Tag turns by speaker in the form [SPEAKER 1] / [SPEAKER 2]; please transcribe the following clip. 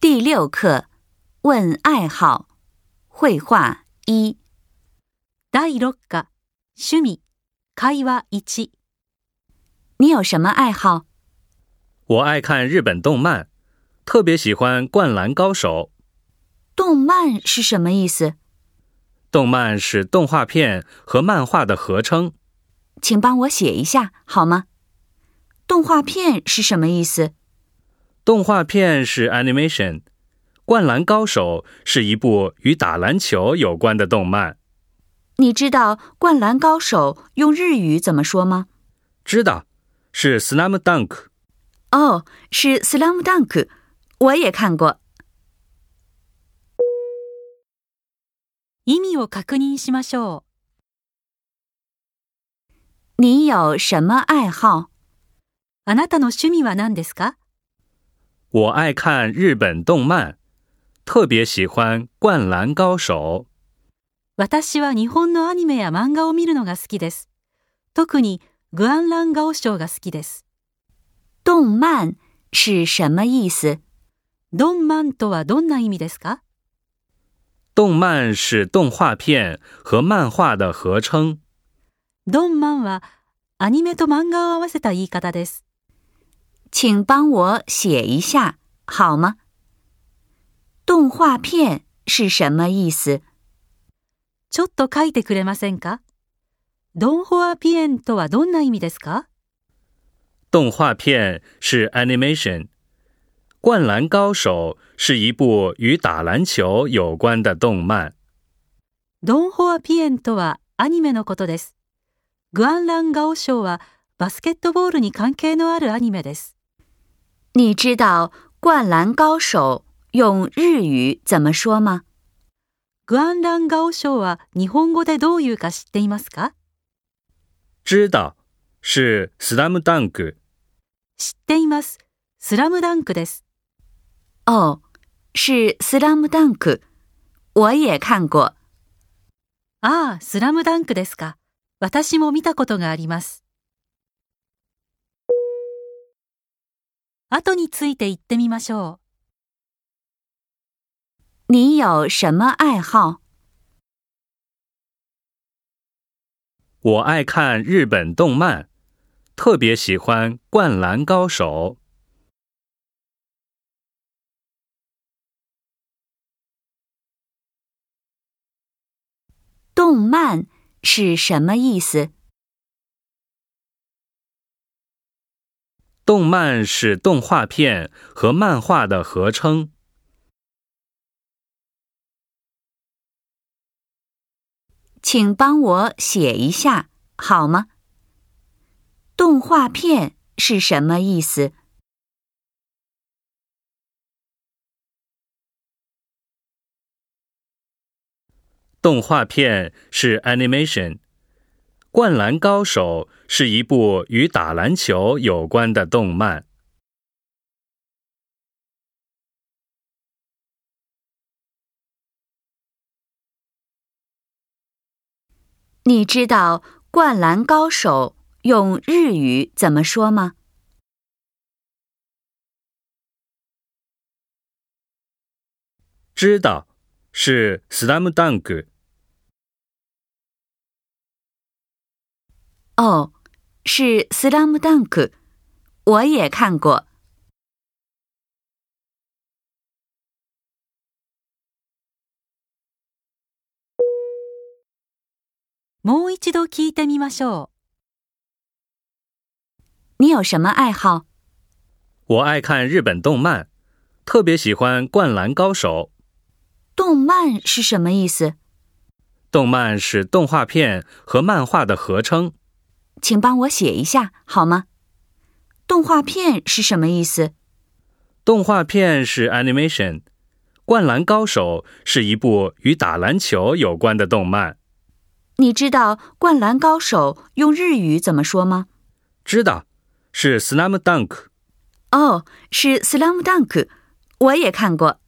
[SPEAKER 1] 第六课问爱好，绘画一。
[SPEAKER 2] 第6課、趣味、会話1、
[SPEAKER 1] 你有什么爱好？
[SPEAKER 3] 我爱看日本动漫，特别喜欢《灌篮高手》。
[SPEAKER 1] 动漫是什么意思？
[SPEAKER 3] 动漫是动画片和漫画的合称。
[SPEAKER 1] 请帮我写一下好吗？动画片是什么意思？
[SPEAKER 3] 动画片是 animation，《灌篮高手》是一部与打篮球有关的动漫。
[SPEAKER 1] 你知道《灌篮高手》用日语怎么说吗？
[SPEAKER 3] 知道，是 slam dunk。
[SPEAKER 1] 哦，是《Slam Dunk》，我也看过。
[SPEAKER 2] 意味を確認しましょう。
[SPEAKER 1] 你有什么爱好？
[SPEAKER 2] あなたの趣味は何ですか
[SPEAKER 3] 我爱看日本动漫，特别喜欢《灌篮高手
[SPEAKER 2] 私は日本のアニメや漫画を見るのが好きです。特にグアンランガオショーが好きです。
[SPEAKER 1] 动漫是什么意思？
[SPEAKER 2] ドンマンとはどんな意味ですか》。
[SPEAKER 3] 动漫是动画片和漫画的合称。
[SPEAKER 2] ドンマンはアニメと漫画を合わせた言い方です。
[SPEAKER 1] 请帮我写一下好吗？动画片是什么意思？
[SPEAKER 2] ちょっと書いてくれませんかドンホアピエンとはどんな意味ですか
[SPEAKER 3] 动画片是 animation，《灌篮高手》是一部与打篮球有关的动漫。
[SPEAKER 2] ドンホアピエンとはアニメのことです。グアンランガオショーはバスケットボールに関係のあるアニメです。
[SPEAKER 1] 你知道《灌篮高手》用日语怎么说吗？
[SPEAKER 2] グアンランガオショーは日本語でどういうか知っていますか
[SPEAKER 3] 知道是 slam dunk。
[SPEAKER 2] 知っています。スラムダンクです。
[SPEAKER 1] 哦，是《Slam Dunk》，我也看过。
[SPEAKER 2] ああ、スラムダンクですか。私も見たことがあります。後について言ってみましょう。
[SPEAKER 1] 你有什么爱好？
[SPEAKER 3] 我爱看日本动漫，特别喜欢《灌篮高手》。
[SPEAKER 1] 动漫是什么意思？
[SPEAKER 3] 动漫是动画片和漫画的合称。
[SPEAKER 1] 请帮我写一下好吗？动画片是什么意思？
[SPEAKER 3] 动画片是 animation，《灌篮高手》是一部与打篮球有关的动漫。
[SPEAKER 1] 你知道《灌篮高手》用日语怎么说吗？
[SPEAKER 3] 知道是 slam dunk。
[SPEAKER 1] 哦，是《Slam Dunk》，我也看过。
[SPEAKER 2] もう一度聞いてみましょ
[SPEAKER 1] 你有什么爱好？
[SPEAKER 3] 我爱看日本动漫，特别喜欢《灌篮高手》。
[SPEAKER 1] 动漫是什么意思？
[SPEAKER 3] 动漫是动画片和漫画的合称。
[SPEAKER 1] 请帮我写一下好吗？动画片是什么意思？
[SPEAKER 3] 动画片是 animation，《灌篮高手》是一部与打篮球有关的动漫。
[SPEAKER 1] 你知道《灌篮高手》用日语怎么说吗？
[SPEAKER 3] 知道是 slam dunk。
[SPEAKER 1] 哦，是《Slam Dunk》，我也看过。